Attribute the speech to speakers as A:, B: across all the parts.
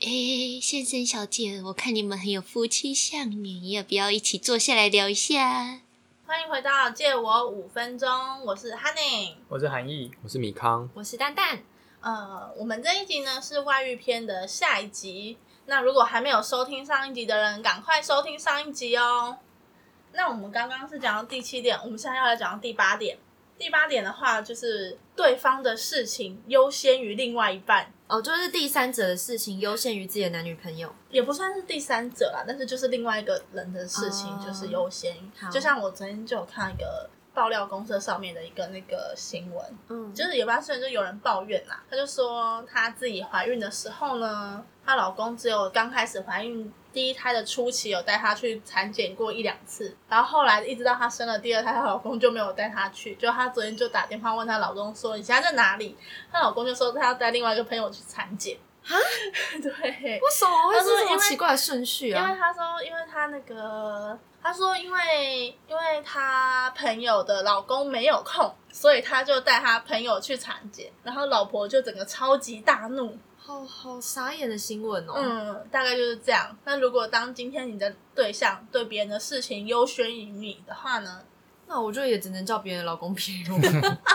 A: 哎，先生小姐，我看你们很有夫妻相呢，要不要一起坐下来聊一下？
B: 欢迎回到借我五分钟，我是 Honey。
C: 我是韩毅，
D: 我是米康，
E: 我是蛋蛋，
B: 呃，我们这一集呢是外遇篇的下一集。那如果还没有收听上一集的人，赶快收听上一集哦。那我们刚刚是讲到第七点，我们现在要来讲到第八点。第八点的话，就是对方的事情优先于另外一半，
E: 哦，就是第三者的事情优先于自己的男女朋友。
B: 也不算是第三者啦，但是就是另外一个人的事情
E: 哦
B: 就是优先于。
E: 好
B: 就像我昨天就有看一个爆料公社上面的一个那个新闻，
E: 嗯，
B: 就是也不知道是不是就有人抱怨啦，她就说她自己怀孕的时候呢，她老公只有刚开始怀孕第一胎的初期有带她去产检过一两次，然后后来一直到她生了第二胎，她老公就没有带她去。就她昨天就打电话问她老公说你现在在哪里，她老公就说他要带另外一个朋友去产检。
E: 啊，
B: 对，
E: 为什么会
B: 他说
E: 是这
B: 因
E: 种
B: 为
E: 奇怪的顺序
B: 因为
E: 啊？
B: 他说，因为他那个，他说因为因为他朋友的老公没有空，所以他就带他朋友去产检，然后老婆就整个超级大怒，
E: 好好傻眼的新闻哦。
B: 嗯，大概就是这样。那如果当今天你的对象对别人的事情优先于你的话呢？
E: 那我就也只能叫别人的老公撇我。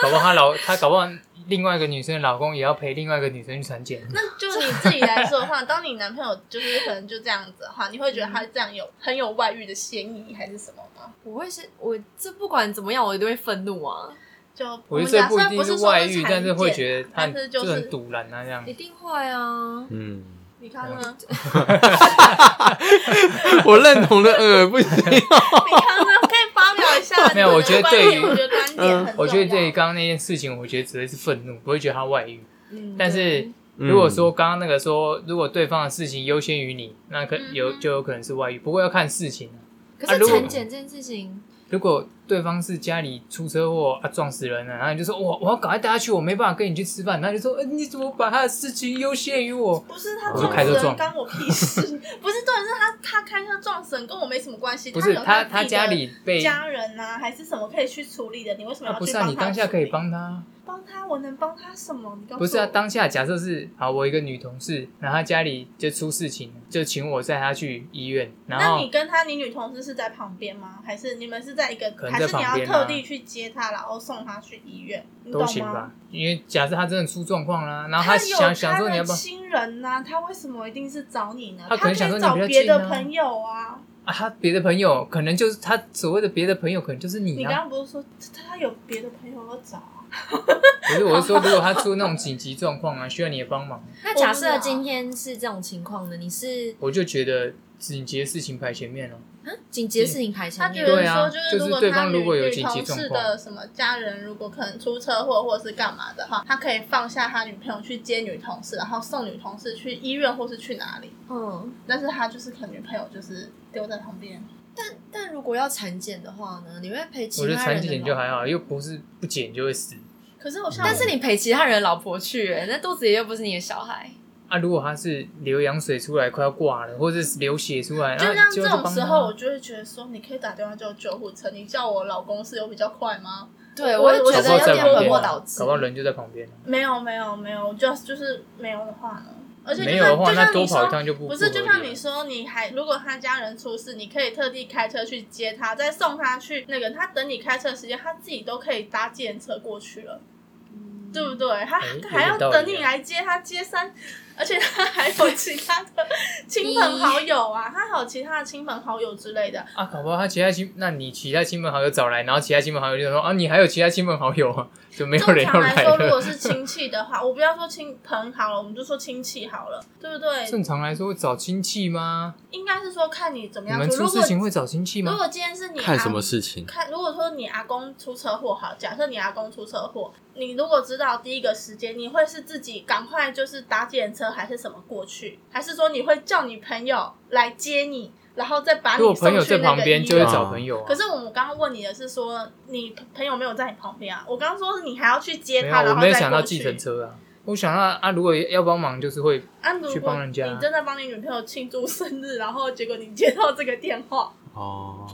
C: 搞不好她老她搞不好另外一个女生的老公也要陪另外一个女生去产检，
B: 那就你自己来说的话，当你男朋友就是可能就这样子的话，你会觉得他这样有很有外遇的嫌疑还是什么吗？
E: 我会先，我这不管怎么样，我一定会愤怒啊，
B: 就
C: 我
B: 们
C: 觉得这
B: 假
C: 不
B: 设
C: 一定
B: 是说
C: 外遇，
B: 产
C: 但是会
B: 检啊
C: 觉得她
B: 但是就
C: 很
B: 是
C: 堵然啊这样
E: 一。定会啊。
D: 嗯，
B: 你看呢？
D: 我认同的，呃，不 行，
B: 你看呢？啊可以发表一下你的观点。
C: 没有我觉得对于嗯
B: 我觉得观点很重要
C: 我觉得对于刚刚那件事情，我觉得只会是愤怒，不会觉得她外遇。
E: 嗯，
C: 但是啊
E: 对
C: 如果
D: 嗯
C: 说刚刚那个说，如果对方的事情优先于你，那可
B: 嗯
C: 有就有可能是外遇，不过要看事情啊。
E: 可
C: 啊
E: 是
C: 如果
E: 产检这件事情，
C: 如果对方是家里出车祸啊撞死人了，然后你就说我我要赶快带他去，我没办法跟你去吃饭，然后就说、呃、你怎么把他的事情优先于我？
B: 不是他
C: 我
B: 撞
C: 就开车
B: 死人
C: 撞
B: 关我屁事， 不是重点是他他开车撞死人跟我没什么关系，
C: 不是
B: 有他
C: 他他
B: 自己
C: 家
B: 的
C: 里被
B: 家人呐、还是什么可以去处理的，你为什么
C: 啊
B: 要
C: 不
B: 去
C: 是
B: 帮
C: 啊，
B: 他？
C: 你当下可以帮他，啊
B: 帮他，我能帮他什么？你告诉我
C: 不是啊，当下假设是啊，我一个女同事，然后她家里就出事情，就请我带她去医院，然
B: 那
C: 后
B: 你跟他你女同事是在旁边吗？还是你们是在一个？
C: 可能
B: 还
C: 在
B: 是你要
C: 旁边啊
B: 特地去接他，然后送他去医院？你懂
C: 都
B: 吗？
C: 行吧，因为假设她真的出状况啦，然后
B: 他有
C: 啊想想说
B: 他
C: 你要
B: 的
C: 不要
B: 亲人呐、他为什么一定是找你呢？
C: 他可能想说你
B: 找
C: 比较
B: 别
C: 近
B: 的
C: 啊
B: 朋友啊。
C: 啊，她别的朋友可能就是她所谓的别的朋友，可能就是
B: 你
C: 你
B: 刚
C: 啊，
B: 刚不是说他有别的朋友要找啊？
C: 可是我是 说，如果她出那种紧急状况啊，需要你的帮忙，
E: 那假设今天是这种情况呢？你是
C: 我就觉得紧急的事情排前面了。
E: 紧急的事情排前
B: 他觉
E: 面，
B: 得
C: 对啊
B: 说，是如果
C: 就是对
B: 他
C: 方
B: 女
C: 如果有
B: 女
C: 紧急
B: 同
C: 状
B: 事
C: 况
B: 的什么家人，如果可能出车祸或是干嘛的话，他可以放下他女朋友去接女同事，然后送女同事去医院或是去哪里。
E: 嗯。
B: 但是他就是可能女朋友就是丢在旁边，
E: 但如果要产检的话呢，你会陪其
C: 我觉得
E: 他人
C: 产
E: 的
C: 检
E: 老
C: 就还好，又不是不检就会死
B: 可是我像
E: 但是你陪其他人的老婆去、欸，那肚子里又不是你的小孩，
C: 啊。如果她是流羊水出来快要挂了，或者是流血出来，
B: 就
C: 然
B: 像
C: 后
B: 这
C: 就
B: 种
C: 帮
B: 时
C: 她
B: 候，我就会觉得说，你可以打电话叫救护车，你叫我老公是有比较快吗？
E: 对
B: 我
E: 我就觉
C: 搞不好
E: 得有
C: 在
E: 点
C: 旁
E: 本
C: 边
E: 末
C: 啊，
E: 倒置
C: 搞。不好人就在旁边啊。
B: 没有没有没有，就就是没有的话呢？而且就
C: 没有的
B: 像
C: 话，
B: 就
C: 那
B: 像
C: 多
B: 你
C: 跑一
B: 说，
C: 趟就不
B: 不是就像你
C: 说，
B: 说，你还如果他家人出事，你可以特地开车去接他，再送他去那个他等你开车的时间，他自己都可以搭计程车过去了，对不对？他
C: 哎有点
B: 还要
C: 道理啊
B: 等你来接他，接三，而且他还有其他的亲朋好友啊，他还有其他的亲朋好友之类的，
C: 啊，搞不好他其他亲，那你其他亲朋好友找来，然后其他亲朋好友就说啊，你还有其他亲朋好友啊，就没有
B: 正
C: 人要
B: 常来说，如
C: 了
B: 果。是亲戚的话，我不要说亲朋好了，我们就说亲戚好了，对不对？
C: 正常来说，找亲戚吗？
B: 应该是说看你怎么
C: 你
B: 样
C: 们
B: 说。
C: 出
B: 如果
C: 事情会找亲戚
B: 如
C: 吗？
B: 果今天是你
D: 看
B: 阿
D: 什么事情，
B: 看，如果说你阿公出车祸，好，假设你阿公出车祸，你如果知道第一个时间，你会是自己赶快就是搭计程车还是什么过去，还是说你会叫你朋友来接你，然后再把
C: 如果
B: 你
C: 朋
B: 送
C: 友
B: 去
C: 在
B: 那
C: 旁
B: 个
C: 边，
B: 医
C: 就会
B: 院？
C: 找朋友啊。
B: 可是我们刚刚问你的是说，你朋友没有在你旁边啊？我刚刚说你还要去接
C: 没
B: 他，
C: 有，我
B: 然后
C: 没
B: 再
C: 有想到
B: 过
C: 计
B: 去。
C: 程车啊，我想到啊，如果要帮忙，就是会
B: 啊，如
C: 去
B: 果
C: 帮人家
B: 你真的帮你女朋友庆祝生日，然后结果你接到这个电话，
D: 哦，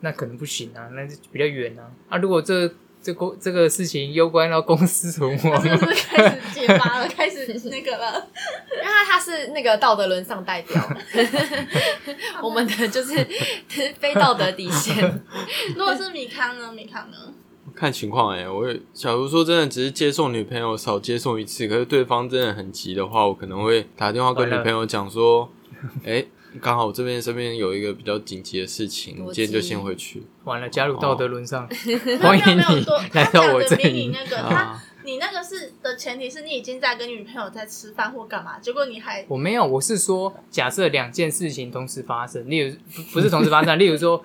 C: 那可能不行啊，那就比较远啊。啊，如果这这个这个事情攸关到公司存
B: 他是
C: 亡。
B: 不是 开始结巴了，开始那个了？
E: 因为他他是那个道德沦丧代 表，我们的就是 非道德底线。
B: 如果是米康呢？米康呢？
D: 看情况哎、我有假如说真的只是接送女朋友少接送一次，可是对方真的很急的话，我可能会打电话跟女朋友讲说， 哎、刚好我这边身边有一个比较紧急的事情，
E: 多
D: 你今天就
E: 急
D: 先回去
C: 完了，加入道德沦丧，
B: 没
C: 欢
B: 有
C: 迎
B: 没有
C: 你
B: 多，
C: 来
B: 他
C: 到
B: 讲
C: 我这
B: 的比你
C: 里。
B: 那个他。
D: 啊。
B: 你那个是的前提是你已经在跟女朋友在吃饭或干嘛，结果你还
C: 我没有，我是说，假设两件事情同时发生，例如不不是同时发生，例 如说，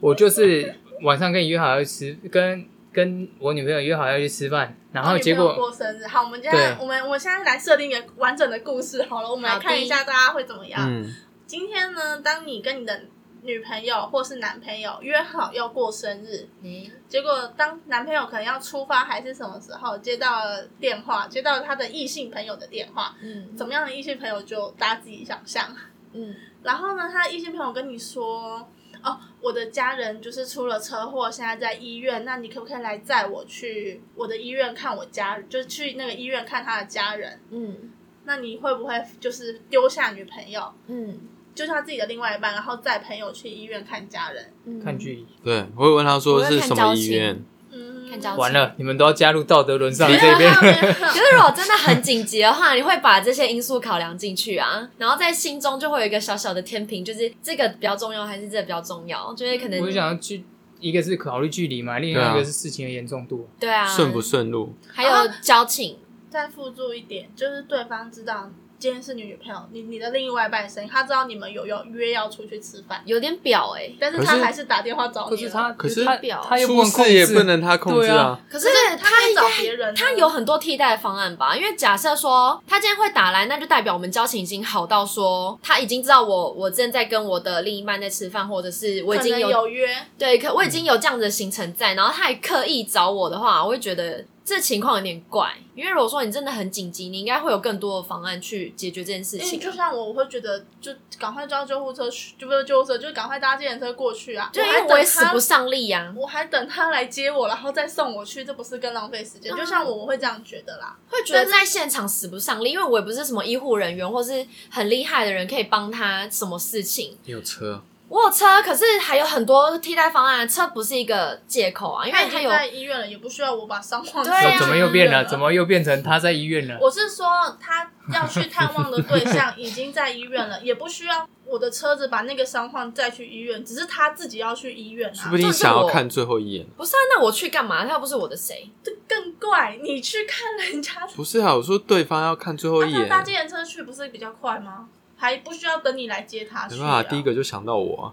C: 我就是晚上跟你约好要去吃，跟跟我女朋友约好要去吃饭，然后
B: 帮女朋
C: 结
B: 友
C: 果
B: 过生日。好，我们今天
C: 对
B: 我们我现在来设定一个完整的故事好了，我们来
E: 好的
B: 看一下大家会怎么样。
D: 嗯，
B: 今天呢，当你跟你的女朋友或是男朋友约好要过生日，
E: 嗯
B: 结果当男朋友可能要出发还是什么时候，接到了电话，接到了他的异性朋友的电话，
E: 嗯
B: 怎么样的异性朋友就大家自己想象。
E: 嗯，
B: 然后呢，他的异性朋友跟你说，哦，我的家人就是出了车祸，现在在医院，那你可不可以来载我去我的医院看我家人，就是去那个医院看他的家人？
E: 嗯
B: 那你会不会就是丢下女朋友，
E: 嗯
B: 就是他自己的另外一半，然后载朋友去医院看家人？
E: 嗯，
C: 看距离，
D: 对，我会问他
E: 我
D: 说
E: 会
D: 是
E: 看
D: 什
E: 交
D: 么医
E: 情
D: 院，
B: 嗯，
E: 看交情
C: 完了，你们都要加入道德沦 丧
B: 没有
C: 这边。
B: 没有没有
E: 觉得如果真的很紧急的话，你会把这些因素考量进去啊，然后在心中就会有一个小小的天平，就是这个比较重要还是这个比较重要，就是可能
C: 我就想要去，一个是考虑距离嘛，另
D: 对
C: 外
D: 啊
C: 一个是事情的严重度。
E: 对啊，
D: 顺不顺路？
E: 还有交情，
B: 再附注一点，就是对方知道今天是你女朋友，你你的另外一半的声音，他知道你们有要约要出去吃饭，
E: 有点表哎、
B: 但是
D: 可
B: 他
D: 是
B: 还是打电话找
C: 可
B: 你
C: 是
B: 了。
C: 他，
D: 可是
C: 他
E: 表
C: 他又不
D: 出
C: 能控
D: 事
C: 制，
D: 也不能他控制
C: 对啊
D: 啊。
E: 可
B: 可
E: 是
B: 是
E: 他
B: 可以
E: 应该
B: 找别人啊，
E: 他有很多替代方案吧？因为假设说他今天会打来，那就代表我们交情已经好到说他已经知道我我正在跟我的另一半在吃饭，或者是我已
B: 可
E: 经
B: 能
E: 有
B: 有约，
E: 对，可我已经有这样子的行程在，然后他还刻意找我的话，我会觉得这情况有点怪。因为如果说你真的很紧急，你应该会有更多的方案去解决这件事
B: 因为
E: 情。
B: 就像我，我会觉得就赶快叫救护车去，就不是救护车，就赶快搭计程车过去啊！
E: 就因
B: 还
E: 为
B: 等
E: 我也使
B: 他
E: 不上力啊呀、
B: 我还等他来接我，然后再送我去，这不是更浪费时间？
E: 嗯
B: 就像我，我会这样觉得啦。
E: 会觉得在现场使不上力，因为我也不是什么医护人员或是很厉害的人，可以帮他什么事情。
D: 你有车？啊
E: 我有车，可是还有很多替代方案，车不是一个借口啊，因
B: 他
E: 为
B: 已
E: 他
B: 经
E: 有
B: 在医院了，也不需要我把伤患
E: 对啊
C: 哦怎么又变了？怎
B: 么？
C: 么又变成他在医院了？
B: 我是说，他要去探望的对象已经在医院了，也不需要我的车子把那个伤患载去医院，只是他自己要去医院
D: 说
B: 啊
D: 不，定
E: 就是
D: 想要
E: 我
D: 看最后一眼。
E: 不是啊？那我去干嘛？他又不是我的谁？
B: 这更怪。你去看人家，
D: 不是啊，我说对方要看最后一
B: 他
D: 眼，
C: 啊
B: 搭计程车去不是比较快吗？还不需要等你来接他去、
D: 没
B: 啊。
D: 办法，第一个就想到我啊。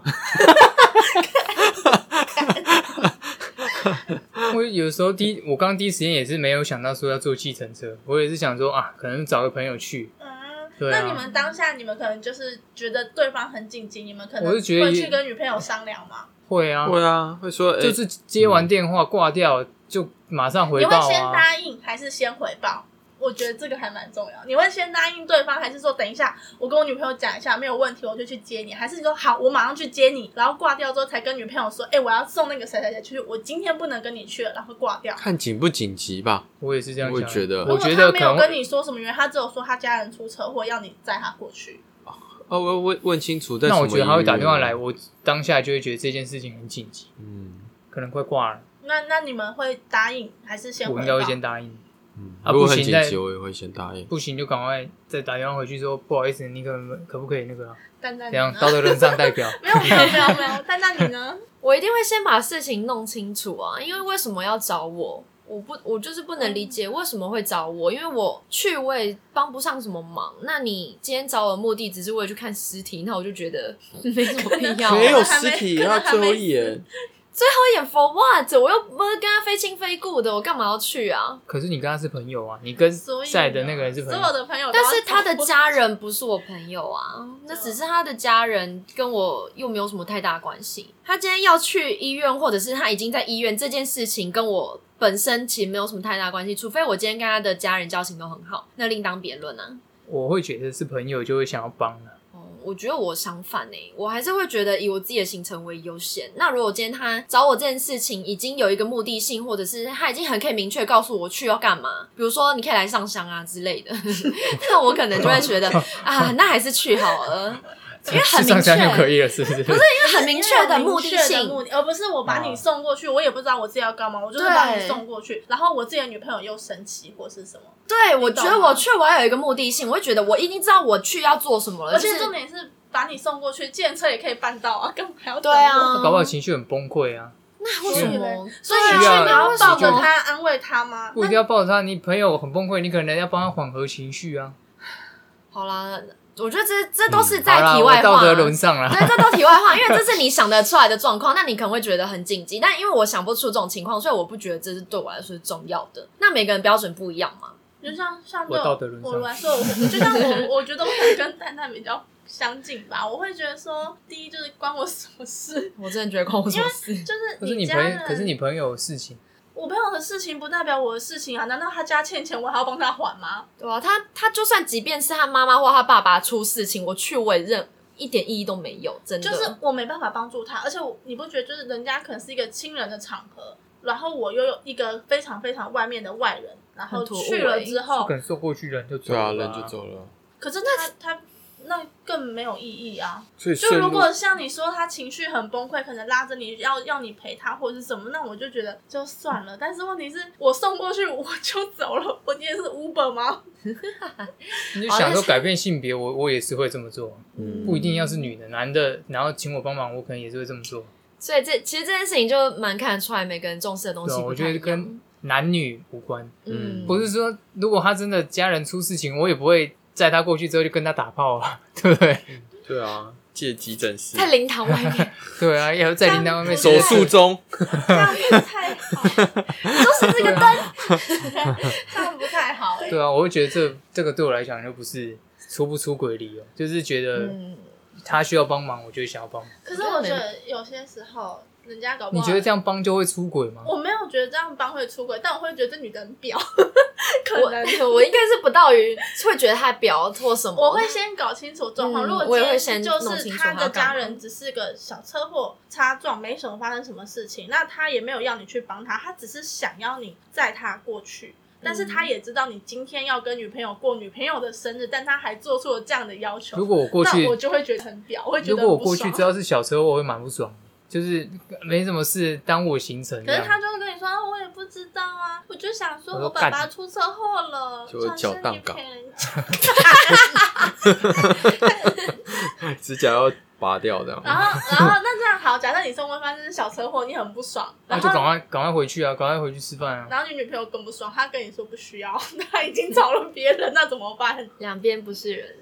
C: 我有时候第一，我刚第一时间也是没有想到说要坐计程车，我也是想说啊，可能找个朋友去。
B: 嗯，
C: 对啊
B: 那你们当下，你们可能就是觉得对方很紧急，你们可能
C: 我是觉得
B: 会
C: 也
B: 去跟女朋友商量吗？
C: 会 啊，
D: 会啊，会说，哎、
B: 呃
C: 就是接完电话挂掉就马上回
B: 你会
C: 报
B: 先
C: 啊。
B: 答应还是先回报？我觉得这个还蛮重要。你会先答应对方，还是说等一下我跟我女朋友讲一下，没有问题我就去接你？还是你说好，我马上去接你，然后挂掉之后才跟女朋友说，哎、我要送那个谁谁谁去，我今天不能跟你去了，然后挂掉。
D: 看紧不紧急吧。
C: 我也是这样
D: 我
C: 想
D: 也
C: 的，
D: 觉得
C: 我觉得
B: 如果他
C: 可
B: 没有
C: 能
B: 跟你说什么原因，他只有说他家人出车祸要你载他过去。
D: 哦，我问问清楚，在
C: 那我
D: 什么啊
C: 觉得他会打
D: 医
C: 电话
D: 院
C: 来，。我当下就会觉得这件事情很紧急，
D: 嗯
C: 可能快挂了，
B: 那那你们会答应还是先回
C: 我
B: 报？
C: 应该会先答应。
D: 嗯，
C: 啊
D: 如果
C: 不
D: 很
C: 行
D: 紧
C: 再
D: 急，我也会先答应。
C: 不行就赶快再打电话回去说不好意思，你可可不可以那个啊
B: 蛋蛋
C: 怎
B: 你
C: 样
B: 呢
C: 道德沦丧代表？
B: 嗯没有没有没有没有，蛋蛋你呢？
E: 我一定会先把事情弄清楚啊，因为为什么要找我？我不，我就是不能理解为什么会找我，因为我去我也帮不上什么忙。那你今天找我的目的只是为了去看尸体，那我就觉得没什么必要、啊。
D: 没有
B: 我还
D: 尸
B: 没
D: 体，
B: 可能
D: 要
B: 还
D: 最后
B: 没
D: 一眼。
E: 我演 for what？我又不是跟他非亲非故的，我干嘛要去啊？
C: 可是你跟他是朋友啊，你跟
B: 所以
C: 在的那个人是朋
B: 所
C: 友，
B: 有的朋友都
E: 但
B: 要，
E: 是他的家人不是我朋友啊，那只是他的家人跟我又没有什么太大关系。他今天要去医院，或者是他已经在医院这件事情，跟我本身其实没有什么太大关系，除非我今天跟他的家人交情都很好，那另当别论啊。
C: 我会觉得是朋友就会想要帮了、啊
E: 哦，我觉得我相反哎、我还是会觉得以我自己的行程为优先。那如果今天他找我这件事情已经有一个目的性，或者是他已经很可以明确告诉我去要干嘛，比如说你可以来上香啊之 类的，那我可能就会觉得啊，那还是去好了，因为很
C: 去
E: 明
C: 上
E: 确，
C: 香就可
E: 因
C: 以了，是不是？不是
E: 为很明确的目的
B: 明确的
E: 性，
B: 目的而不是我把你送过去，我也不知道我自己要干嘛，我就是把你送过去，然后我自己的女朋友又生气或是什么，
E: 对，我觉
B: 懂
E: 得
B: 吗
E: 我去，我要有一个目的性，我会觉得我一定知道我去要做什么了。
B: 而
E: 就是
B: 且重点是把你送过去，建车也可以办到啊，干嘛还要等
E: 对
B: 我？
E: 啊，
C: 搞不好情绪很崩溃啊！
E: 那为什么？
B: 所以你去
C: 需要
B: 你要抱
C: 需
B: 着
C: 要
B: 他安慰他吗？
C: 不一定要抱着他，你朋友很崩溃，你可能要帮他缓和情绪啊。
E: 好啦，我觉得这这都是在
C: 嗯好啦，
E: 题
C: 我
E: 外
C: 道
E: 话。
C: 德沦 丧了。
E: 对，这都题外话，因为这是你想得出来的状况，那你可能会觉得很紧急，但因为我想不出这种情况，所以我不觉得这是对我来说是重要的。 那每个人标准不一样嘛，
B: 就像像
C: 我
B: 对
C: 道德沦丧
B: 我来说，我就像我，我觉得我可能跟蛋蛋比较相近吧。我会觉得说，第一就是关我什么事，
E: 我真的觉得关我什么事？
B: 就是
C: 可是你
B: 家
C: 朋友
B: 人，，
C: 可是你朋友有事情，
B: 我朋友的事情不代表我的事情啊。难道他家欠钱，我还要帮他还吗？
E: 对啊，他他就算即便是他妈妈或他爸爸出事情，我去我也认一点意义都没有，真的。
B: 就是我没办法帮助他，而且我你不觉得就是人家可能是一个亲人的场合，然后我又有一个非常非常外面的外人，然后
E: 很突兀
B: 去了
E: 欸
B: 之
C: 不
B: 后
C: 可，能送过去人就走
D: 对
C: 了吧，
D: 啊，人就走了。
B: 可是那他他那更没有意义啊。
D: 所以
B: 就
D: 顺
B: 如
D: 路
B: 果像你说他情绪很崩溃，可能拉着你要要你陪他或者是什么，那我就觉得就算了。但是问题是我送过去我就走了，我今天是 Uber 吗？
C: 你就想说改变性别，我我也是会这么做，
D: 嗯
C: 不一定要是女的，男的，然后请我帮忙，我可能也是会这么做。
E: 所以这其实这件事情就蛮看得出来每个人重视的东
C: 对
E: 西
C: 啊，
E: 不
C: 我
E: 太
C: 觉
E: 一
C: 得
E: 样
C: 跟。男女无关，
E: 嗯，
C: 不是说如果他真的家人出事情，我也不会载他过去之后就跟他打炮啊， 对不对？
D: 对啊，借急诊室
E: 在灵堂外 面，
C: 对 啊，要在铃铛外面
D: 手术中，
B: 这样不太好，
E: 就是 这个灯。
B: 这样不太好、欸。
C: 对啊，我会觉得这这个对我来讲就不是出不出轨理由，就是觉得
E: 嗯，
C: 他需要帮忙，我就想要帮忙。
B: 可是我觉得有些时候人家搞不
C: 你
B: 好，
C: 觉得这样帮就会出轨吗？
B: 我没有觉得这样帮会出轨，但我会觉得这女的很婊，可能。
E: 我我应该是不到于会觉得他婊或什么。
B: 我会先搞清楚状况。
E: 哦嗯
B: 如果
E: 我也
B: 今
E: 会
B: 天
E: 先
B: 就
E: 弄
B: 是
E: 清楚
B: 他
E: 他
B: 的
E: 要干
B: 家
E: 嘛
B: 人只是个小车祸擦撞，没什么发生什么事情，那他也没有要你去帮他，他只是想要你载他过去。但是他也知道你今天要跟女朋友过女朋友的生日，但他还做出了这样的要求。
C: 如果我过去
B: 那我就会觉得很表，我会觉得
C: 如果我
B: 很不
C: 过去
B: 爽
C: 知道是小车祸，我会蛮不爽的，就是没什么事耽误我行程这
B: 可
C: 样。
B: 是他就会跟你说，啊我也不知道啊，我就想说
C: 我
B: 我
C: 说
B: 爸
C: 干
B: 爸出车祸了，
D: 就会
B: 想
D: 搅
B: 说
D: 蛋
B: 你
D: 糕
B: 陪人家
D: 指甲要拔掉这样。
B: 然后，然后那这样好，假设你生活发生小车祸，你很不爽，
C: 那
B: 然
C: 就
B: 后
C: 赶快赶快回去啊，赶快回去吃饭啊。
B: 然后你女朋友更不爽，她跟你说不需要， 她已经找了别人，那怎么办？
E: 两边不是人。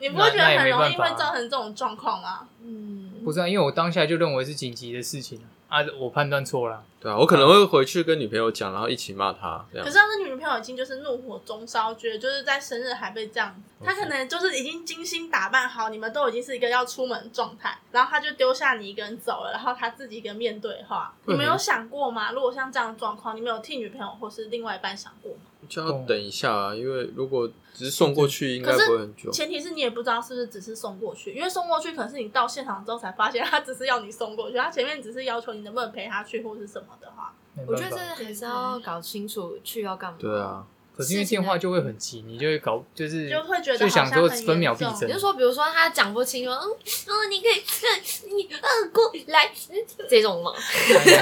B: 你不会觉得很容易
C: 那那也没办法
B: 会
C: 啊
B: 造成这种状况啊吗？
E: 嗯，
C: 不是、啊，因为我当下就认为是紧急的事情啊，啊我判断错了。
D: 对啊，我可能会回去跟女朋友讲，然后一起骂她这样
B: 可是。要是你女朋友已经就是怒火中烧，觉得就是在生日还被这样子，她可能就是已经精心打扮好，你们都已经是一个要出门的状态，然后她就丢下你一个人走了，然后她自己一个人面对的话，你们有想过吗？如果像这样的状况，你们有替女朋友或是另外一半想过吗？
D: 就要等一下啊，因为如果只
C: 嗯
D: 是送过去，应该
B: 可是
D: 不会很久。
B: 前提是你也不知道是不是只是送过去，因为送过去可能是你到现场之后才发现，他只是要你送过去， 他前面只是要求你能不能陪他去或是什么的话，
C: 没
E: 我
C: 办
E: 觉得
C: 法
E: 这还是要搞清楚去要干嘛。
D: 对啊，
C: 可是因为电话就会很急，你就会搞就是
B: 就会觉得
C: 就想说
B: 好像很
C: 分秒必
E: 你
C: 争
E: 就。说，比如说他讲不清楚，嗯嗯，你可以，嗯你嗯过来嗯这种嘛，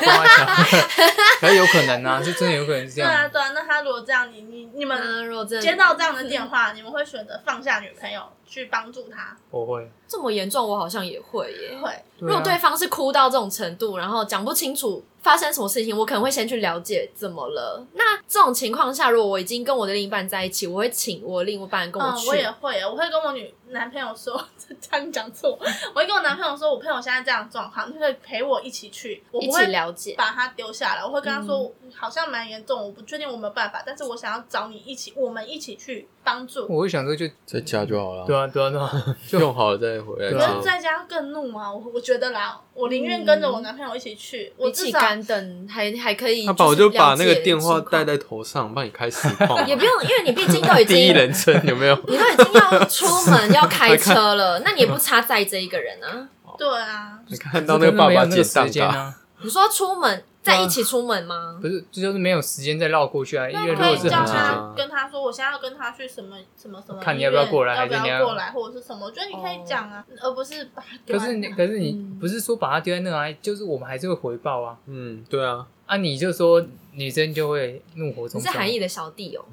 C: 可是有可能 啊，是真的有可能是这
B: 对
C: 样。
B: 啊，对啊。那他如果这样，你你你们
E: 那如果真的
B: 接到这样的电话，你们会选择放下女朋友去帮助他？
C: 我会。
E: 这么严重，我好像也会耶。
B: 会，
E: 如果对
C: 啊，
E: 方是哭到这种程度，然后讲不清楚发生什么事情，我可能会先去了解怎么了。那这种情况下，如果我已经跟我的另一半在一起，我会请我另一半跟我
B: 嗯，
E: 去。
B: 我也会，我会跟我女男朋友说， 这差点讲错，我会跟我男朋友说，我朋友现在这样的状况，你可以陪我一起去，我
E: 一
B: 不
E: 起嗯
B: 会
E: 了解，
B: 把他丢下来，我会跟他说，好像蛮严重，我不确定我有没有办法，但是我想要找你一起，我们一起去帮助。
C: 我会想说就
D: 在家就好 了。
C: 对啊对啊对啊，
D: 用好了再回来
C: 对啊
B: 可是
D: 接。
B: 在家更怒啊！我我觉得啦，我宁愿跟着我男朋友一起去，我
E: 嗯比
B: 至
E: 起
B: 少
E: 干等还还可以。
D: 他把我就把那个电话带
E: 带，
D: 在头上，帮你开实 况
E: 也不用，因为你毕竟都已经
D: 第一人称有没有？
E: 你都已经要出门要开车 了，那你也不差载这一个人啊？
B: 对啊，
D: 你看到那个爸爸
C: 真的没有那
D: 捡
C: 个时
D: 蛋
C: 间
D: 糕，
C: 啊，
E: 你说出门在一起出门 吗？
C: 不是，这就是没有时间再绕过去啊。因
B: 那
C: 为如
B: 可
C: 果
B: 以
C: 是
B: 叫
C: 很长
D: 直接
C: 的，
B: 他跟他说，我现在要跟他去什么什么什么医院，
C: 看你要不要过来
B: 要不
C: 还是你
B: 要
C: 要
B: 过来或者是什么？我觉得你可以讲啊，
E: 哦
B: 而不是把他丢
C: 可
B: 在
C: 是你
B: 那
C: 可是你
E: 嗯
C: 不是说把它丢在那啊，就是我们还是会回报啊。
D: 嗯，对啊，
C: 啊，你就说女生就会怒火
E: 你
C: 中
E: 是
C: 烧，
E: 韩毅的小弟哦，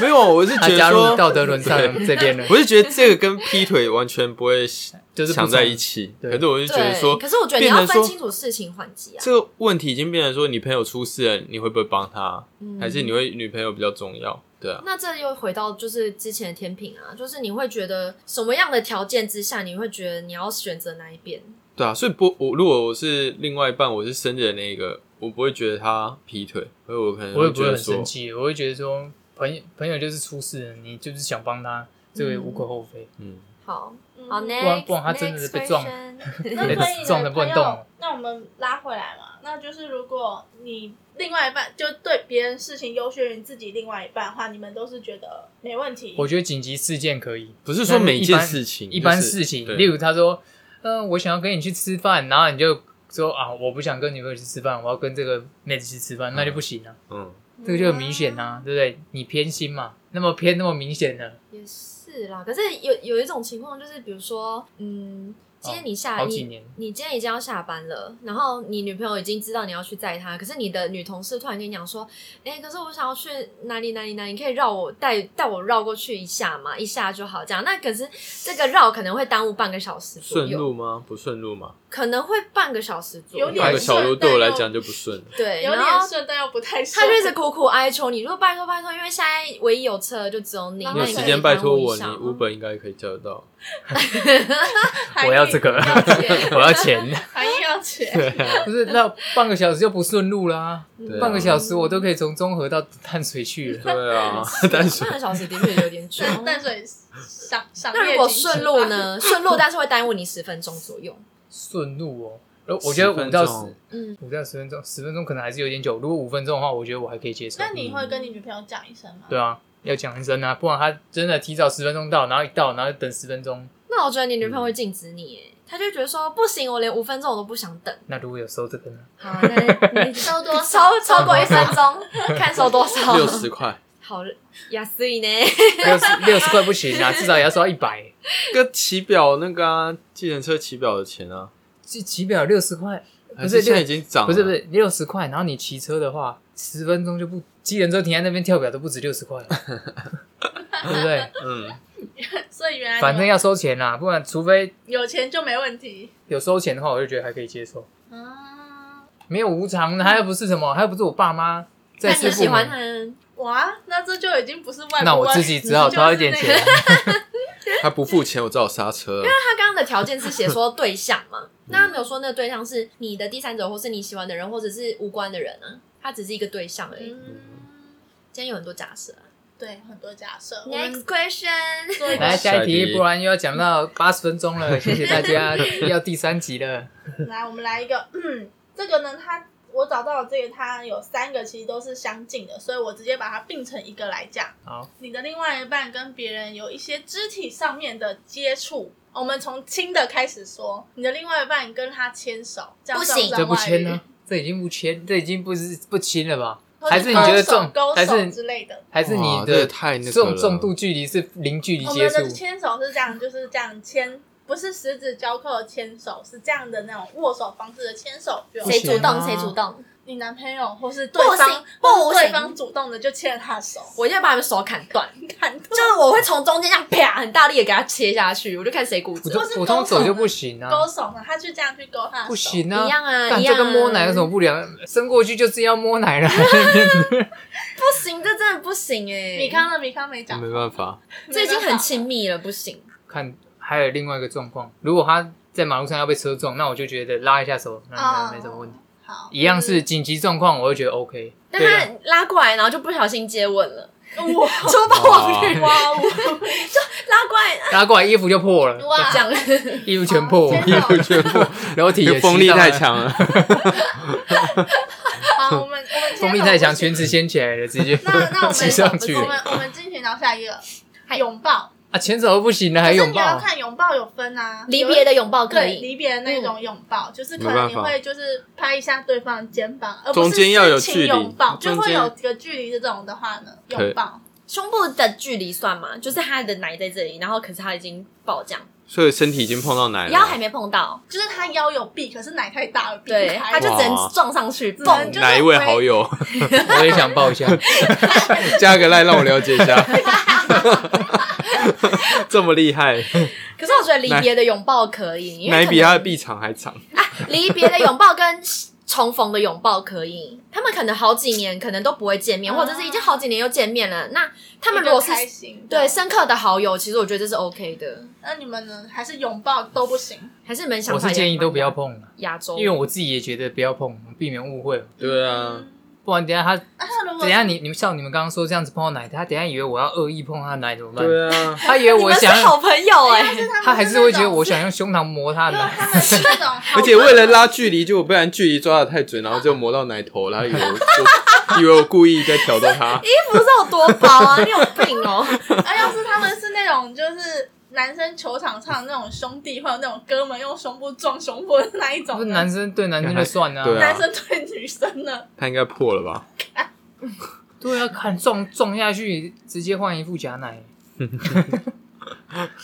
D: 没有，我是
C: 他
D: 觉
C: 加
D: 得
C: 入
D: 说，
C: 道德 沦丧这边了，
D: 我是觉得这个跟劈腿完全不会
C: 就是不
D: 想在
C: 同
D: 一起，
C: 对
D: 可是我就觉得
E: 对。
D: 说
E: 可。是我觉得你
D: 变
E: 要
D: 成
E: 分
D: 说
E: 清楚事情缓急啊。
D: 这个问题已经变成说，你朋友出事了，你会不会帮他？
E: 嗯
D: 还是你会女朋友比较重要？对啊，
E: 那这又回到就是之前的天平啊，就是你会觉得什么样的条件之下，你会觉得你要选择哪一边？
D: 对啊，所以不，我如果我是另外一半，我是生日的那一个，我不会觉得他劈腿，所以我可能
C: 我也不
D: 觉
C: 会
D: 得
C: 很
D: 说，
C: 生气，我会觉得说朋友朋友就是出事了，你就是想帮他，这个也无可厚非。
D: 嗯，
E: 好，
B: 嗯
E: 好
C: 不然
E: ，next，
C: 不然他真的是被撞
E: next question
B: 那
C: 哎
B: 所以你
C: 撞
B: 的朋
C: 得不能
B: 友
C: 动，
B: 那我们拉回来嘛，那就是如果你另外一半就对别人事情优先于自己另外一半的话，你们都是觉得没问题。
C: 我觉得紧急事件可以，
D: 不是说每一件事情，
C: 一般
D: 就是
C: 事情，
D: 对
C: 例如他说，嗯、我想要跟你去吃饭，然后你就说啊，我不想跟女朋友去吃饭，我要跟这个妹子去吃饭，那就不行啊，
D: 嗯，
C: 这个就很明显啊，对不对？你偏心嘛，那么偏那么明显的，
E: 也是啦，可是有有一种情况就是，比如说，嗯，今
D: 哦
E: 天你下、
C: 好几
E: 你
C: 年
E: 你今天已经要下班了，然后你女朋友已经知道你要去载她，可是你的女同事突然跟你讲说，哎、可是我想要去哪里哪里哪里，你可以绕我带带我绕过去一下嘛，一下就好这样。那可是这个绕可能会耽误半个小时左
D: 顺
E: 右，
D: 路吗？不顺路吗？
E: 可能会半个小时左右，
B: 有点
D: 半个小时
B: 顺
D: 对我
B: 但
D: 来
B: 又
D: 讲就不顺，
B: 嗯
E: 对，
B: 有
E: 然
B: 点
E: 后。
B: 顺，但又不太顺。
E: 他就一直苦苦哀求你，如果拜托拜托，因为现在唯一有车的就只有你，
B: 你有
D: 你
E: 那
D: 有
E: 你可
D: 时
E: 以
D: 间拜
E: 帮
D: 托
E: 一
D: 我，你
E: 下吗
D: Uber 应该可以叫得到。
B: 韩
C: 我要
B: 愈
C: 这个
B: 要钱
C: 我要钱，
B: 韩愈要钱。
D: 对啊，
C: 不是那半个小时就不顺路啦，
D: 对啊
C: 半个小时我都可以从中和到淡水去了。
D: 对啊， 但 是
E: 哦半个小时的确有点久。
B: 淡水赏赏
E: 那
B: 夜
E: 如果
B: 景
E: 顺
B: 是
E: 路
B: 吧？
E: 呢？顺路，但是会耽误你十分钟左右。
C: 顺路哦。然后我觉得五到
D: 10分
C: 十
D: 钟，
E: 嗯，
C: 五到十分钟，十分钟可能还是有点久。如果五分钟的话，我觉得我还可以接受
B: 那。你会跟你女朋友讲一声吗？
C: 对啊，要讲一声啊，不然他真的提早十分钟到，然后一到，然后等十分钟。
E: 那我觉得你女朋友会禁止你耶，她就觉得说不行，我连五分钟我都不想等。
C: 那如果有收这个呢？
E: 好，那 你
B: 收多少
E: 超超过一分钟，看收多 少。
D: 六十块，
E: 好，雅思怡呢？
C: 六 十六十块不行啊，至少也要收到一百。
D: 跟起表那个啊，计程车起表的钱啊，
C: 这起表六十块，
D: 还
C: 不
D: 是
C: 是
D: 现在
C: 六
D: 已，经涨了，
C: 不是不是六十块，然后你骑车的话，十分钟就不，机人车停在那边跳表都不止六十 块了，对不对？
D: 嗯，
B: 所以原来你
C: 反正
B: 们
C: 要收钱啊啦，不然除非
B: 有钱就没问题。
C: 有收钱的话，我就觉得还可以接受。
B: 嗯，
C: 没有无偿的，他又不是什么，他又不是我爸妈在
E: 那
C: 师
E: 你
C: 傅
E: 喜欢
C: 们，
E: 他？
B: 哇，那这就已经不是外
C: 那
B: 不
C: 我
B: 外
C: 自己只好
B: 就是
C: 掏一点
B: 那
C: 钱啊
B: 个。
D: 他不付钱，我只好刹车 了。
E: 他刚刚的条件是写说对象 嘛，那他没有说那个对象是你的第三者，或是你喜欢的人，或者是无关的人啊，他只是一个对象而 已。
B: 嗯，
E: 今天有很多假设啊。
B: 对，很多假设。我们
E: Next question，
B: 做一个
C: 来下一
D: 下一
C: 题，
D: 题
C: 不然又要讲到八十分钟 了，谢谢大家，要第三集了。
B: 来，我们来一个， 嗯，这个呢，它我找到的这个，它有三个其实都是相近的，所以我直接把它并成一个来讲。
C: 好，
B: 你的另外一半跟别人有一些肢体上面的接触，我们从亲的开始说。你的另外一半跟他牵手，这样
E: 不
B: 算
E: 行
B: 算
C: 这不
B: 外
C: 签
B: 遇
C: 呢？？这已经不签，这已经不是不亲了吧？
B: 或者
C: 还是你觉
B: 勾
C: 得
B: 手
C: 重
B: 勾
C: 还
B: 手
C: 是
B: 之类的？
C: 还是你
D: 哇这也
C: 的
D: 太那个
C: 这种
D: 了
C: 重度距离是零距离
B: 我
C: 接
B: 们
C: 触
B: 的？牵手是这样，就是这样牵，不是十指交扣的牵手，是这样的那种握手方式的牵手。比如
C: 不
E: 谁
C: 行
E: 主动
C: 啊
E: 谁主动，
B: 你男朋友或是对
E: 不行
B: 方，或
E: 不
B: 是对
E: 行
B: 方主动的就牵了他的手，
E: 我一定会把你们手砍断，
B: 砍断
E: 就是我会从中间这样啪很大力的给他切下去，我就看谁骨
C: 普
E: 折。
C: 通
B: 或是
C: 普通
B: 勾手
C: 手就
B: 呢
C: 不行啊
B: 勾，手呢，他去这样去勾他的手，
C: 不行啊，
E: 一样啊，
C: 干
E: 一样、
C: 这
E: 啊。
C: 跟摸奶有什么？不良？伸过去就是要摸奶 了，
B: 啊
E: 不行，这真的不行哎、
B: 米康呢？米康欸没讲，
D: 没办法，
E: 这已经很亲密了，不行。
C: 看还有另外一个状况，如果他在马路上要被车撞，那我就觉得拉一下手，那那
B: 啊，
C: 没什么问题。。
B: 好，
C: 一样是紧急状况，我会觉得 OK。
E: 但
C: 对啊了，
E: 他拉过来，然后就不小心接吻了，
B: 哇
E: 出暴率。
B: 哇，
E: 拉过来
C: 拉过来衣服就破了，
A: 哇
E: 讲，
C: 衣服全破，
B: 真的哦
D: 全部
C: 然后体 也
D: 风力
C: 骑到
D: 太
C: 了，
D: 强 了，
B: 啊好，我们我们
C: 风力太强，裙子掀起来了，直接
B: 那 那我
C: 骑
B: 们
C: 上去
B: 我们我们进行到下一个拥抱，
C: 啊，牵手都不行了，还
B: 可是
C: 拥
B: 你要
C: 抱，
B: 看拥抱有分啊，
E: 离别
B: 的
E: 的拥抱可
B: 对
E: 以，
B: 离别的那种拥抱，就是可
D: 嗯
B: 能
D: 没办
B: 你
D: 法
B: 会就是拍一下对方的肩膀，而不
D: 中
B: 是
D: 间要有
B: 深
D: 距
B: 情
D: 离
B: 拥抱，就
D: 中
B: 会
D: 间
B: 有个距离的这种的话呢，
D: 可
B: 拥
D: 以
B: 抱。
E: 胸部的距离算吗？就是他的奶在这里，然后可是他已经爆这样，
D: 所以身体已经碰到奶
E: 腰还
D: 了，
E: 没碰到，
B: 就是他腰有臂，可是奶太大了，避不
E: 对，
B: 开
E: 他就只能
D: 哇
E: 撞上去，
B: 只能
E: 蹦
B: 就。是
D: 哪一位好友
C: 我也想抱一下，
D: 加个赖让我了解一 下，这么厉害，
E: 可是我觉得离别的拥抱可以，因为
D: 奶
E: 可
D: 比
E: 能
D: 他的臂长还长，
E: 离别的拥抱跟重逢的拥抱可以，他们可能好几年可能都不会见面，
B: 啊
E: 或者是已经好几年又见面了。那他们
B: 就
E: 如果是
B: 开心，
E: 对深刻的好友，其实我觉得这是 OK 的。
B: 那你们呢？还是拥抱都不行？
E: 还是你们想
C: 我
E: 法
C: 是
E: 也
C: 建议都不要
E: 蛮
C: 碰了，
E: 亚洲，
C: 因为我自己也觉得不要碰，避免误会，
D: 对啊，
C: 不然等一下他
B: 啊，那如果
C: 等一下你你们像你们刚刚说这样子碰到奶，他等一下以为我要恶意碰他的奶怎么办？
D: 对啊，
C: 他以为
E: 哎你
C: 我
E: 们是
C: 想用
E: 好朋 友哎、
B: 啊
C: 他还是会觉得我想用胸膛磨他
B: 因
C: 的
B: 为
C: 奶。
B: 他 们是那种好朋友，
D: 而且为了拉距离，就不然距离抓的太准，然后就磨到奶头，然后以为我 就以为我故意在挑逗他，
E: 衣服是有多薄啊？你有病哦、
B: 啊，要是他们是那种就是男生球场上那种兄弟，或者那种哥们用胸部撞胸部的那一
C: 不
B: 种
C: 是
B: 呢，
C: 男生对男生就算了、
D: 对啊
B: 男生对女生呢？
D: 他应该破了吧？
C: 对啊，看撞撞下去，直接换一副假 奶，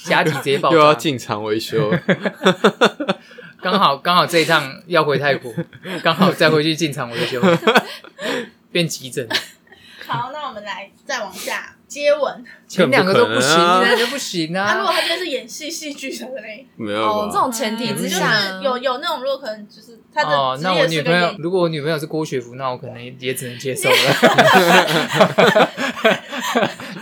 C: 假体直接爆
D: 又要
C: 炸。
D: 进场维修，
C: 刚好刚好这一趟要回泰 国，刚好再回去进厂维修，变急诊。
B: 好，那我们来再往下接吻。
C: 前两个都不行，
D: 更不可能啊
C: 你两个不行
B: 那如果
C: 啊！
B: 他今天是演戏戏剧的嘞， 嗯
D: 没有
E: 哦，这
D: 吧？
E: 种 前提之
B: 就
E: 下
B: 是，有有那种，如果可能就是他
C: 哦
B: 的，职
C: 那我
B: 业
C: 女
B: 是
C: 朋
B: 个
C: 友
B: 演，
C: 如果我女朋友是郭雪芙，那我可 能也只能接受了。